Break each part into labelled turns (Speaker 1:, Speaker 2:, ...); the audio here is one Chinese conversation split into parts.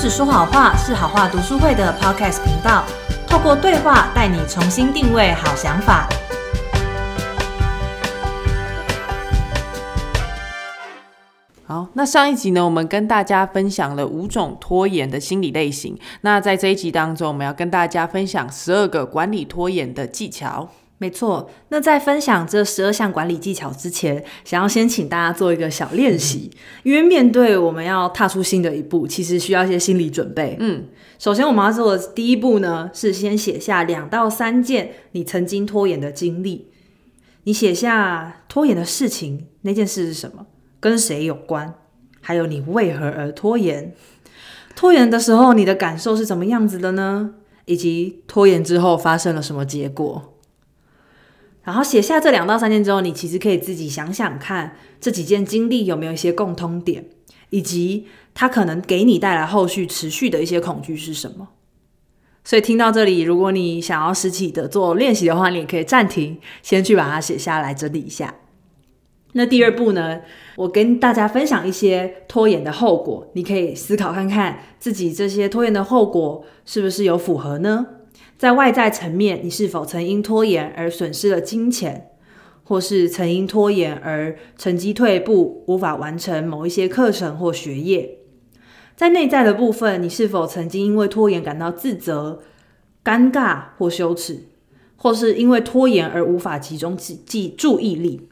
Speaker 1: 只说好话是好话读书会的 Podcast 频道，透过对话带你重新定位好想法。
Speaker 2: 好，那上一集呢，我们跟大家分享了五种拖延的心理类型。那在这一集当中，我们要跟大家分享十二个管理拖延的技巧。
Speaker 1: 没错，那在分享这十二项管理技巧之前，想要先请大家做一个小练习，因为面对我们要踏出新的一步，其实需要一些心理准备。
Speaker 2: 嗯，
Speaker 1: 首先我们要做的第一步呢，是先写下两到三件你曾经拖延的经历。你写下拖延的事情，那件事是什么，跟谁有关，还有你为何而拖延。拖延的时候，你的感受是怎么样子的呢？以及拖延之后发生了什么结果？然后写下这两到三件之后，你其实可以自己想想看，这几件经历有没有一些共通点，以及它可能给你带来后续持续的一些恐惧是什么。所以听到这里，如果你想要实体的做练习的话，你也可以暂停，先去把它写下来整理一下。那第二步呢，我跟大家分享一些拖延的后果，你可以思考看看自己这些拖延的后果是不是有符合呢？在外在层面，你是否曾因拖延而损失了金钱，或是曾因拖延而成绩退步，无法完成某一些课程或学业？在内在的部分，你是否曾经因为拖延感到自责、尴尬或羞耻，或是因为拖延而无法集中记记注意力？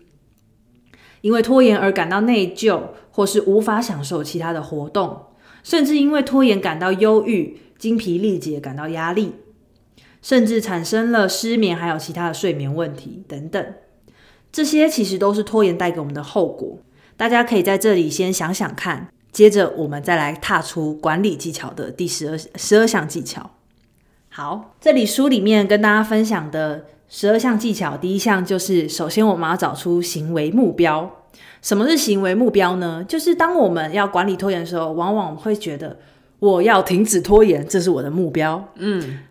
Speaker 1: 因为拖延而感到内疚，或是无法享受其他的活动，甚至因为拖延感到忧郁、精疲力竭、感到压力。甚至产生了失眠，还有其他的睡眠问题等等。这些其实都是拖延带给我们的后果。大家可以在这里先想想看，接着我们再来踏出管理技巧的第十二十二项技巧。好，这里书里面跟大家分享的十二项技巧，第一项就是首先我们要找出行为目标。什么是行为目标呢？就是当我们要管理拖延的时候，往往会觉得我要停止拖延，这是我的目标。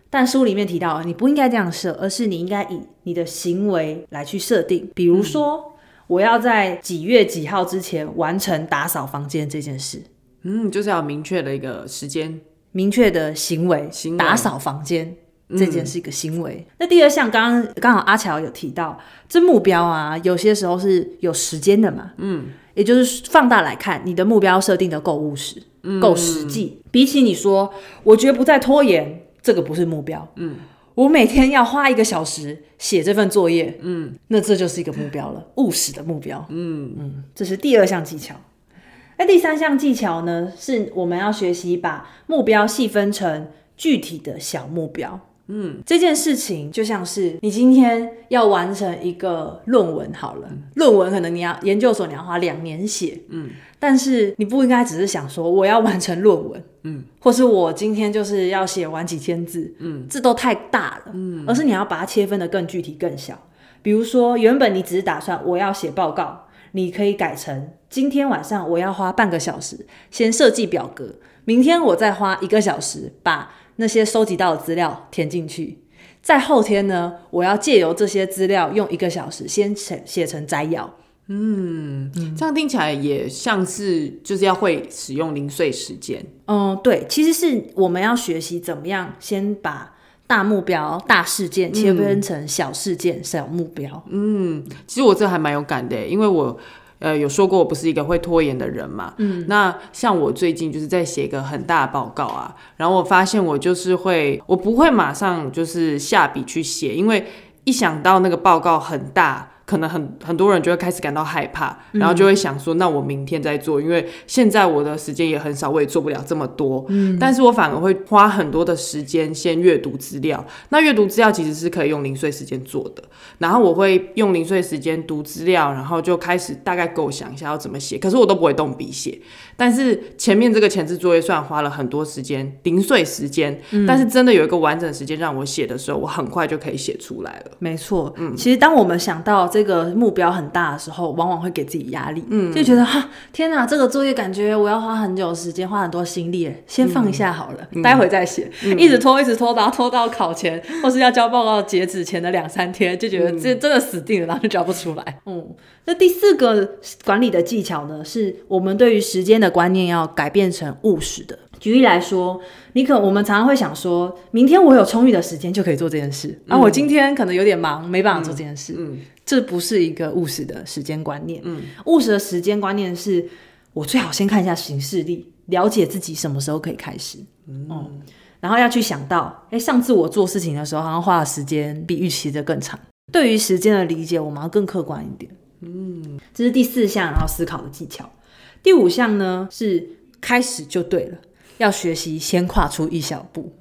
Speaker 1: 但书里面提到，你不应该这样设，而是你应该以你的行为来去设定。比如说，我要在几月几号之前完成打扫房间这件事，
Speaker 2: 嗯，就是要有明确的一个时间。
Speaker 1: 明确的行为，嗯
Speaker 2: 行为
Speaker 1: 打扫房间。这件是一个行为。那第二项，刚刚刚好阿乔有提到，这目标啊，有些时候是有时间的嘛。嗯，也就是放大来看，你的目标设定的够务实，够实际。比起你说，我绝不再拖延，这个不是目标。嗯，我每天要花一个小时写这份作业，嗯，那这就是一个目标了，务实的目标。嗯嗯，这是第二项技巧。那第三项技巧呢，是我们要学习把目标细分成具体的小目标。嗯这件事情就像是你今天要完成一个论文好了，论文可能你要研究所你要花两年写，嗯，但是你不应该只是想说我要完成论文，嗯，或是我今天就是要写完几千字，嗯，这都太大了，嗯，而是你要把它切分的更具体更小，比如说原本你只是打算我要写报告，你可以改成今天晚上我要花半个小时先设计表格，明天我再花一个小时把那些收集到的资料填进去。在后天呢，我要借由这些资料用一个小时先写写成摘要。
Speaker 2: 这样听起来也像是就是要会使用零碎时间。
Speaker 1: 嗯，对，其实是我们要学习怎么样先把大目标、大事件切分成小事件、小目标。
Speaker 2: 其实我这还蛮有感的耶，欸因为我呃有说过我不是一个会拖延的人嘛。嗯，那像我最近就是在写一个很大的报告啊，然后我发现我就是会，我不会马上就是下笔去写，因为一想到那个报告很大。可能很很多人就会开始感到害怕，然后就会想说，那我明天再做，因为现在我的时间也很少，我也做不了这么多。嗯，但是我反而会花很多的时间先阅读资料。那阅读资料其实是可以用零碎时间做的，然后我会用零碎时间读资料，然后就开始大概构想一下要怎么写，可是我都不会动笔写。但是前面这个前置作业虽然花了很多时间，零碎时间，但是真的有一个完整的时间让我写的时候，我很快就可以写出来了。
Speaker 1: 没错，其实当我们想到这个目标很大的时候，往往会给自己压力，就觉得哈，天哪，这个作业感觉我要花很久时间，花很多心力耶，先放一下好了，待会再写，一直拖，一直拖，然后拖到考前或是要交报告截止前的两三天，就觉得这真的死定了，然后就交不出来。嗯，那第四个管理的技巧呢，是我们对于时间的观念要改变成务实的。举例来说，你可我们常常会想说，明天我有充裕的时间就可以做这件事，那、我今天可能有点忙，没办法做这件事。
Speaker 2: 嗯，
Speaker 1: 这不是一个务实的时间观念。嗯，务实的时间观念是我最好先看一下行事历，了解自己什么时候可以开始。嗯。然后要去想到，哎，上次我做事情的时候，好像花的时间比预期的更长。对于时间的理解，我们要更客观一点。嗯，这是第四项，然后思考的技巧。第五项呢是开始就对了，要学习先跨出一小步。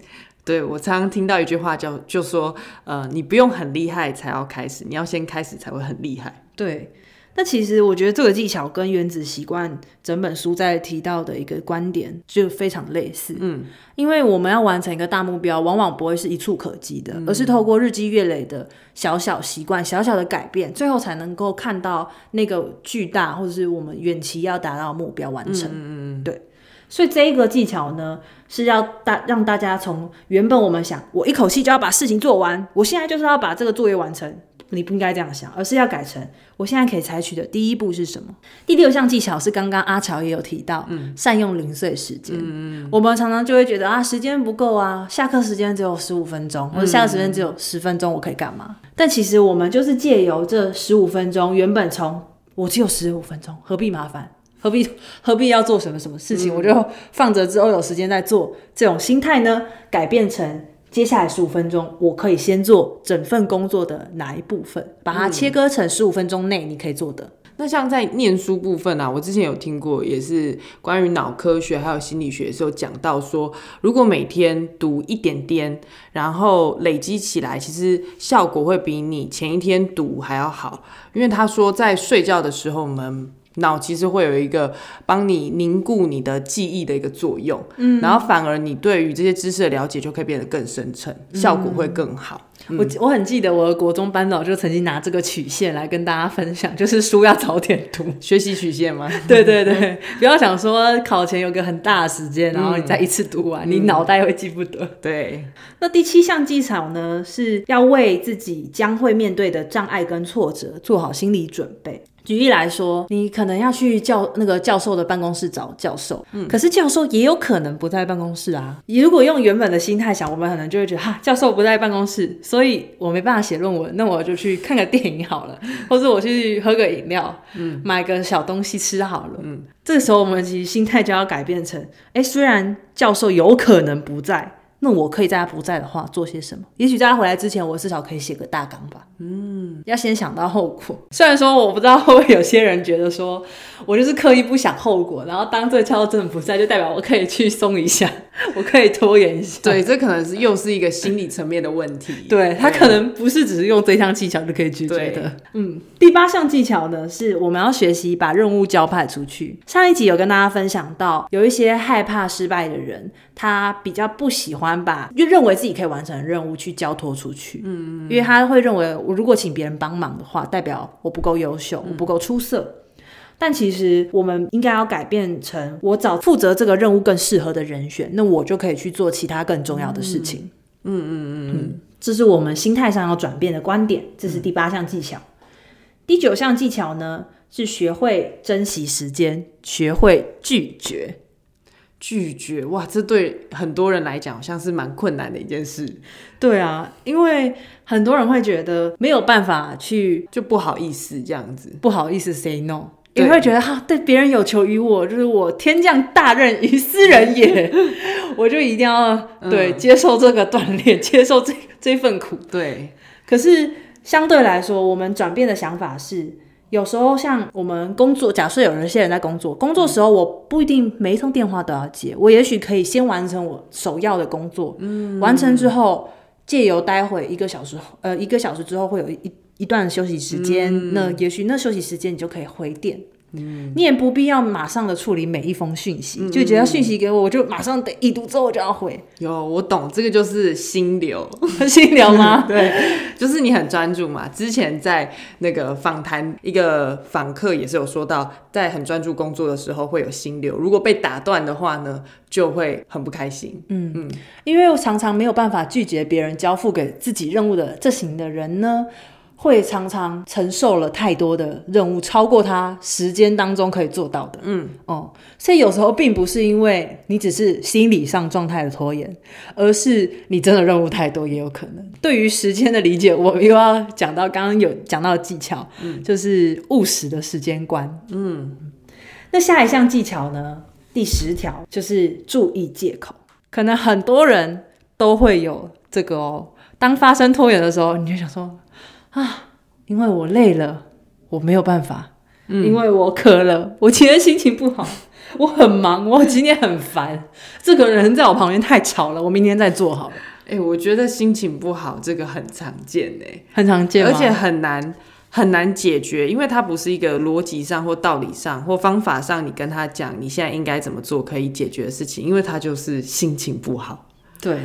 Speaker 2: 对我常常听到一句话叫就说，呃，你不用很厉害才要开始，你要先开始才会很厉害。
Speaker 1: 对，那其实我觉得这个技巧跟《原子习惯》整本书在提到的一个观点就非常类似。
Speaker 2: 嗯，
Speaker 1: 因为我们要完成一个大目标，往往不会是一触可及的，而是透过日积月累的小小习惯、小小的改变，最后才能够看到那个巨大或者是我们远期要达到的目标完成。嗯嗯对。所以这一个技巧呢，是要大让大家从原本我们想我一口气就要把事情做完，我现在就是要把这个作业完成，你不应该这样想，而是要改成我现在可以采取的第一步是什么？第六项技巧是刚刚阿乔也有提到，善用零碎时间。我们常常就会觉得啊，时间不够啊，下课时间只有十五分钟，或者下课时间只有十分钟，我可以干嘛？但其实我们就是借由这十五分钟，原本从我只有十五分钟，何必麻烦？何必 何必要做什么什么事情？我就放着之后有时间再做。这种心态呢，改变成接下来十五分钟，我可以先做整份工作的哪一部分，把它切割成十五分钟内你可以做的。
Speaker 2: 那像在念书部分啊，我之前有听过，也是关于脑科学还有心理学的时候讲到说，如果每天读一点点，然后累积起来，其实效果会比你前一天读还要好，因为他说在睡觉的时候我们。脑其实会有一个帮你凝固你的记忆的一个作用，嗯，然后反而你对于这些知识的了解就可以变得更深沉，效果会更好。
Speaker 1: 我我很记得我的国中班导就曾经拿这个曲线来跟大家分享， 就是书要早点读。
Speaker 2: 学习曲线吗？
Speaker 1: 对对对， 不要想说考前有个很大的时间，然后你再一次读完，你脑袋会记不得。
Speaker 2: 对，
Speaker 1: 那第七项技巧呢，是要为自己将会面对的障碍跟挫折做好心理准备。举例来说，你可能要去教那个教授的办公室找教授，可是教授也有可能不在办公室啊。如果用原本的心态想，我们可能就会觉得哈，教授不在办公室，所以我没办法写论文，那我就去看个电影好了，或者我去喝个饮料，买个小东西吃好了。嗯，这时候我们其实心态就要改变成，哎，虽然教授有可能不在，那我可以在他不在的话做些什么？也许在他回来之前，我至少可以写个大纲吧。嗯，要先想到后果。虽然说我不知道会不会有些人觉得说我就是刻意不想后果，然后当这个教授真的不在，就代表我可以去松一下，我可以拖延一下。
Speaker 2: 对，这可能是又是一个心理层面的问题。
Speaker 1: 对他可能不是只是用这项技巧就可以解决
Speaker 2: 对
Speaker 1: 的。嗯，第八项技巧呢，是我们要学习把任务交派出去。上一集有跟大家分享到，有一些害怕失败的人，他比较不喜欢把就认为自己可以完成的任务去交托出去。嗯，因为他会认为，我如果请别人帮忙的话，代表我不够优秀，我不够出色。但其实我们应该要改变成，我找负责这个任务更适合的人选，那我就可以去做其他更重要的事情。嗯嗯嗯嗯这是我们心态上要转变的观点，这是第八项技巧。第九项技巧呢是学会珍惜时间，学会拒绝。
Speaker 2: 拒绝哇，这对很多人来讲好像是蛮困难的一件事，
Speaker 1: 对啊，因为很多人会觉得没有办法去
Speaker 2: 就不好意思这样子。
Speaker 1: 不好意思 say no，
Speaker 2: 对
Speaker 1: 也会觉得哈、对别人有求于我，就是我天降大任于斯人 也，我就一定要对、接受这个锻炼，接受这这份苦。
Speaker 2: 对，
Speaker 1: 可是相对来说，我们转变的想法是，有时候像我们工作，假设有一些人在工作，工作时候我不一定每一通电话都要接，我也许可以先完成我首要的工作，嗯，完成之后，借由待会一个小时后，呃，一个小时之后会有一一段休息时间，那也许那休息时间你就可以回电。嗯，你也不必要马上的处理每一封讯息，就只要讯息给我，我就马上得已读之后我就要回，
Speaker 2: 有我懂，这个就是心流，
Speaker 1: 心聊吗？
Speaker 2: 对，就是你很专注嘛。之前在那个访谈一个访客也是有说到，在很专注工作的时候会有心流，如果被打断的话呢，就会很不开心。
Speaker 1: 嗯因为我常常没有办法拒绝别人交付给自己任务的这型的人呢，会常常承受了太多的任务，超过他时间当中可以做到的。嗯，哦，所以有时候并不是因为你只是心理上状态的拖延，而是你真的任务太多也有可能。对于时间的理解，我又要讲到刚刚有讲到的技巧，就是务实的时间观。嗯，那下一项技巧呢？第十条就是注意借口，可能很多人都会有这个哦。当发生拖延的时候，你就想说。啊因为我累了，我没有办法；因为我渴了，我今天心情不好， 我很忙，我今天很烦。这个人在我旁边太吵了，我明天再做好了，
Speaker 2: 哎、我觉得心情不好这个很常见哎、
Speaker 1: 很常见吗
Speaker 2: 而且很难很难解决，因为它不是一个逻辑上或道理上或方法上，你跟他讲你现在应该怎么做可以解决的事情，因为他就是心情不好。
Speaker 1: 对，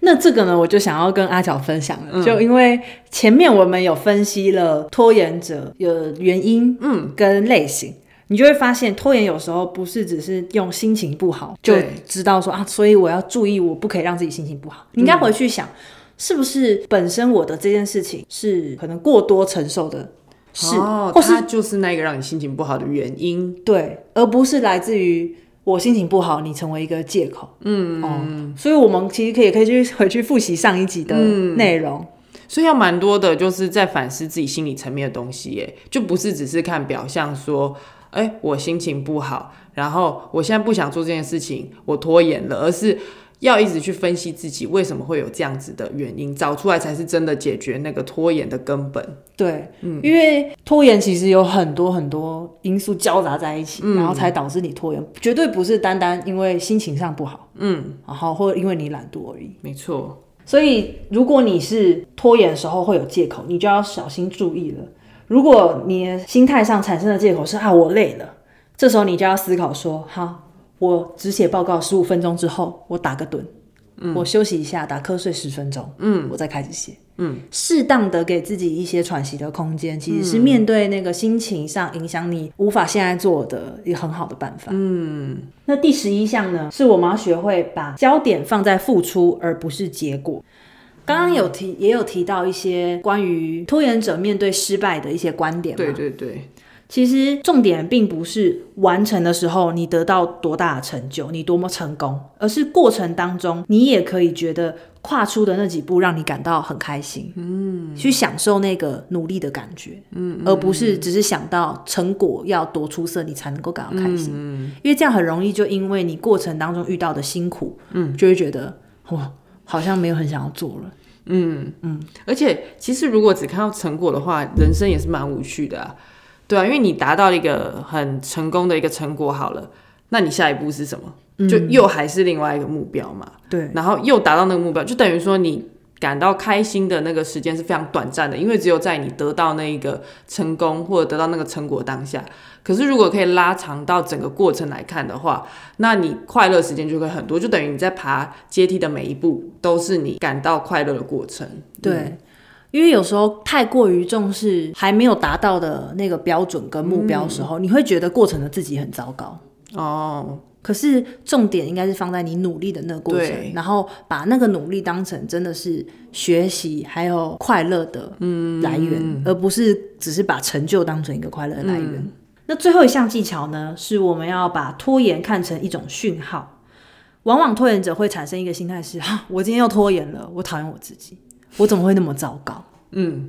Speaker 1: 那这个呢，我就想要跟阿角分享了，
Speaker 2: 嗯
Speaker 1: 就因为前面我们有分析了拖延者有原因，嗯，跟类型。你就会发现，拖延有时候不是只是用心情不好就
Speaker 2: 对
Speaker 1: 知道说啊，所以我要注意，我不可以让自己心情不好。你应
Speaker 2: 嗯
Speaker 1: 该回去想，是不是本身我的这件事情是可能过多承受的事，
Speaker 2: 哦，
Speaker 1: 或是
Speaker 2: 他就是那个让你心情不好的原因。
Speaker 1: 对，而不是来自于我心情不好，你成为一个借口。嗯，哦，所以我们其实可以可以去回去复习上一集的内容。
Speaker 2: 所以要蛮多的，就是在反思自己心理层面的东西，耶，就不是只是看表象说，哎、我心情不好，然后我现在不想做这件事情，我拖延了，而是要一直去分析自己为什么会有这样子的原因，找出来才是真的解决那个拖延的根本。
Speaker 1: 对，因为拖延其实有很多很多因素交杂在一起，然后才导致你拖延，绝对不是单单因为心情上不好，嗯，然后或因为你懒惰而已。
Speaker 2: 没错，
Speaker 1: 所以，如果你是拖延的时候会有借口，你就要小心注意了。如果你的心态上产生的借口是啊我累了，这时候你就要思考说，好，我只写报告十五分钟之后，我打个盹，我休息一下，打瞌睡十分钟，嗯嗯，我再开始写。嗯，适当的给自己一些喘息的空间，其实是面对那个心情上影响你无法现在做的一个很好的办法。嗯，那第十一项呢，是我们要学会把焦点放在付出而不是结果。刚刚有提，也有提到一些关于拖延者面对失败的一些观点嘛。
Speaker 2: 对对对，
Speaker 1: 其实重点并不是完成的时候你得到多大的成就，你多么成功，而是过程当中你也可以觉得跨出的那几步让你感到很开心，嗯，去享受那个努力的感觉，嗯，而不是只是想到成果要多出色你才能够感到开心，嗯，因为这样很容易就因为你过程当中遇到的辛苦，嗯，就会觉得哇，好像没有很想要做了，
Speaker 2: 而且其实如果只看到成果的话，人生也是蛮无趣的、啊，对啊，因为你达到了一个很成功的一个成果，好了，那你下一步是什么？就又还是另外一个目标嘛。
Speaker 1: 对，
Speaker 2: 然后又达到那个目标，就等于说你感到开心的那个时间是非常短暂的，因为只有在你得到那一个成功或者得到那个成果当下。可是如果可以拉长到整个过程来看的话，那你快乐时间就会很多，就等于你在爬阶梯的每一步都是你感到快乐的过程。嗯
Speaker 1: 对，因为有时候太过于重视还没有达到的那个标准跟目标的时候，你会觉得过程的自己很糟糕。
Speaker 2: 哦，
Speaker 1: 可是重点应该是放在你努力的那个过程
Speaker 2: 对，
Speaker 1: 然后把那个努力当成真的是学习还有快乐的
Speaker 2: 嗯
Speaker 1: 来源，而不是只是把成就当成一个快乐的来源。
Speaker 2: 嗯
Speaker 1: 那最后一项技巧呢，是我们要把拖延看成一种讯号。往往拖延者会产生一个心态是： 啊，我今天又拖延了，我讨厌我自己，我怎么会那么糟糕？
Speaker 2: 嗯，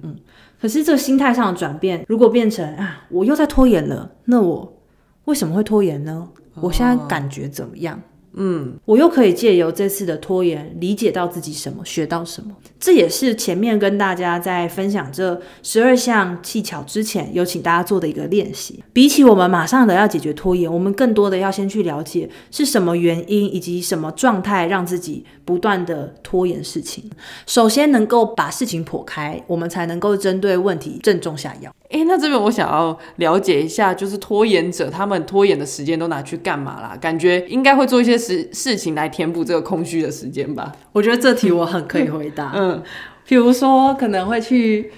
Speaker 1: 可是这个心态上的转变，如果变成啊，我又在拖延了，那我为什么会拖延呢？我现在感觉怎么样？嗯，我又可以借由这次的拖延，理解到自己什么，学到什么。这也是前面跟大家在分享这十二项技巧之前，有请大家做的一个练习。比起我们马上的要解决拖延，我们更多的要先去了解是什么原因，以及什么状态让自己不断的拖延事情。首先能够把事情剖开，我们才能够针对问题正中下药。
Speaker 2: 诶，那这边我想要了解一下，就是拖延者他们拖延的时间都拿去干嘛啦？感觉应该会做一些事事情来填补这个空虚的时间吧？
Speaker 1: 我觉得这题我很可以回答，嗯，比如说可能会去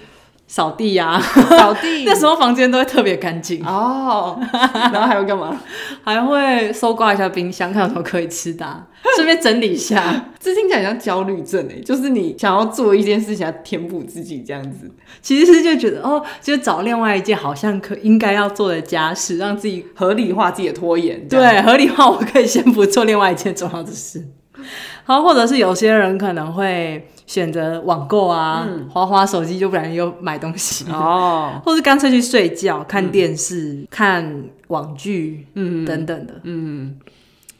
Speaker 1: 扫地呀、
Speaker 2: 扫地
Speaker 1: 那时候房间都会特别干净，
Speaker 2: 哦，然后还会干嘛？
Speaker 1: 还会搜刮一下冰箱，看有什么可以吃的啊、顺便整理一下。
Speaker 2: 这听起来很像焦虑症哎，就是你想要做一件事情来填补自己这样子。
Speaker 1: 其实就觉得哦，就找另外一件好像可应该要做的家事，让自己
Speaker 2: 合理化自己的拖延，这样
Speaker 1: 对合理化，我可以先不做另外一件重要的事。好，或者是有些人可能会选择网购啊，
Speaker 2: 嗯
Speaker 1: 花花手机，就不然又买东西，
Speaker 2: 哦，
Speaker 1: 或是干脆去睡觉、看电视、看网剧，嗯，等等的，嗯。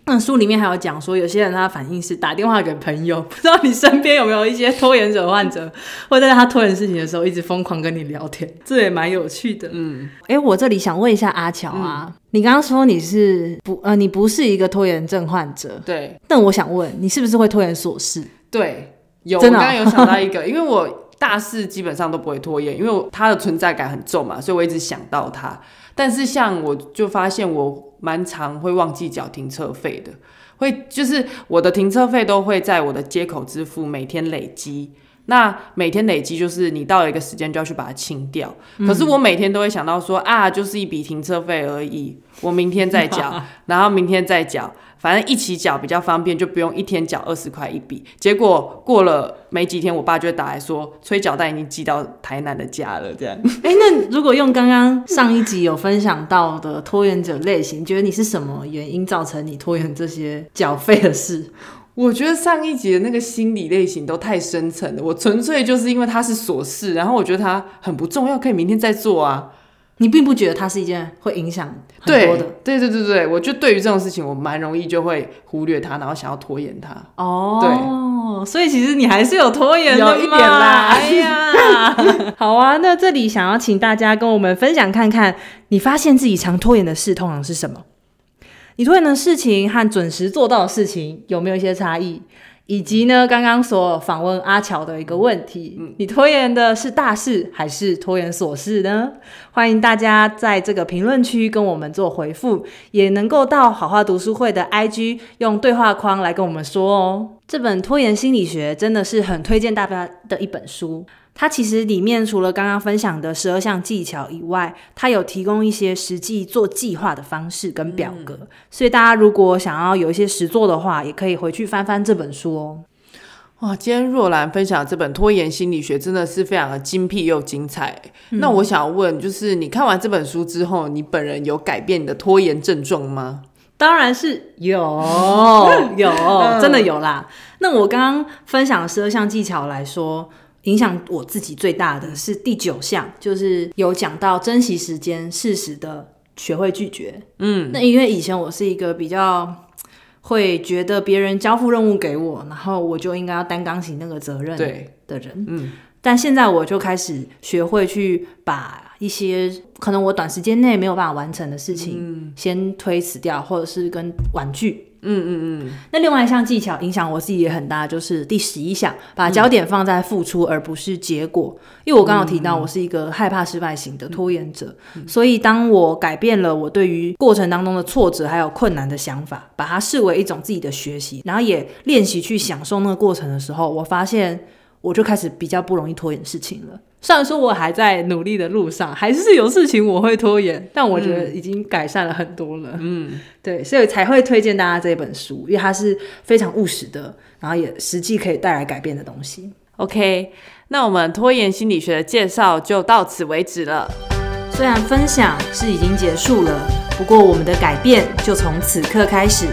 Speaker 1: 那书里面还有讲说，有些人他的反应是打电话给朋友，不知道你身边有没有一些拖延者患者，会在他拖延事情的时候一直疯狂跟你聊天，这也蛮有趣的。嗯，哎、我这里想问一下阿乔啊，你刚刚说你是不呃，你不是一个拖延症患者，
Speaker 2: 对
Speaker 1: 但我想问，你是不是会拖延琐事？
Speaker 2: 对，有我
Speaker 1: 真
Speaker 2: 刚
Speaker 1: 的哦
Speaker 2: 刚有想到一个，因为我大事基本上都不会拖延，因为我它的存在感很重嘛，所以我一直想到它。但是像我就发现我蛮常会忘记缴停车费的，会就是我的停车费都会在我的接口支付每天累积。那每天累积就是你到了一个时间就要去把它清掉，可是我每天都会想到说啊，就是一笔停车费而已，我明天再缴， 然后明天再缴，反正一起缴比较方便，就不用一天缴二十块一笔。结果过了没几天，我爸就会打来说，催缴单已经寄到台南的家了，这样。
Speaker 1: 哎、那 如果用刚刚上一集有分享到的拖延者类型，觉得你是什么原因造成你拖延这些缴费的事？
Speaker 2: 我觉得上一集的那个心理类型都太深层了，我纯粹就是因为它是琐事，然后我觉得它很不重要，可以明天再做啊。
Speaker 1: 你并不觉得它是一件会影响很
Speaker 2: 对
Speaker 1: 多的，
Speaker 2: 对对对对，我就对于这种事情，我蛮容易就会忽略它，然后想要拖延它。
Speaker 1: 哦。所以其实你还是有拖延的嘛，
Speaker 2: 有一点啦
Speaker 1: 哎 呀，好啊。那这里想要请大家跟我们分享看看，你发现自己常拖延的事通常是什么？你拖延的事情和准时做到的事情有没有一些差异？以及呢，刚刚所访问阿乔的一个问题，
Speaker 2: 嗯
Speaker 1: 你拖延的是大事还是拖延琐事呢？欢迎大家在这个评论区跟我们做回复，也能够到好话读书会的 IG 用对话框来跟我们说哦。这本《拖延心理学》真的是很推荐大家的一本书。它其实里面除了刚刚分享的十二项技巧以外，它有提供一些实际做计划的方式跟表格，所以大家如果想要有一些实做的话，也可以回去翻翻这本书哦。
Speaker 2: 哇，今天若兰分享这本《拖延心理学》真的是非常的精辟又精彩。那我想问，就是你看完这本书之后，你本人有改变你的拖延症状吗？
Speaker 1: 当然是有 嗯有，真的有啦。那我刚刚分享的十二项技巧来说，影响我自己最大的是第九项，就是有讲到珍惜时间，适时的学会拒绝。嗯，那因为以前我是一个比较。会觉得别人交付任务给我，然后我就应该要担纲起那个责任
Speaker 2: 对，
Speaker 1: 的人，嗯，但现在我就开始学会去把一些可能我短时间内没有办法完成的事情，先推辞掉，或者是跟婉拒。嗯嗯嗯。那另外一项技巧影响我自己也很大，就是第十一项，把焦点放在付出而不是结果。因为我刚刚有提到，我是一个害怕失败型的拖延者，所以当我改变了我对于过程当中的挫折还有困难的想法，把它视为一种自己的学习，然后也练习去享受那个过程的时候，我发现我就开始比较不容易拖延事情了。虽然说我还在努力的路上，还是有事情我会拖延，但我觉得已经改善了很多了。嗯，对，所以才会推荐大家这本书，因为它是非常务实的，然后也实际可以带来改变的东西。
Speaker 2: OK，那我们拖延心理学的介绍就到此为止了。
Speaker 1: 虽然分享是已经结束了，不过我们的改变就从此刻开始。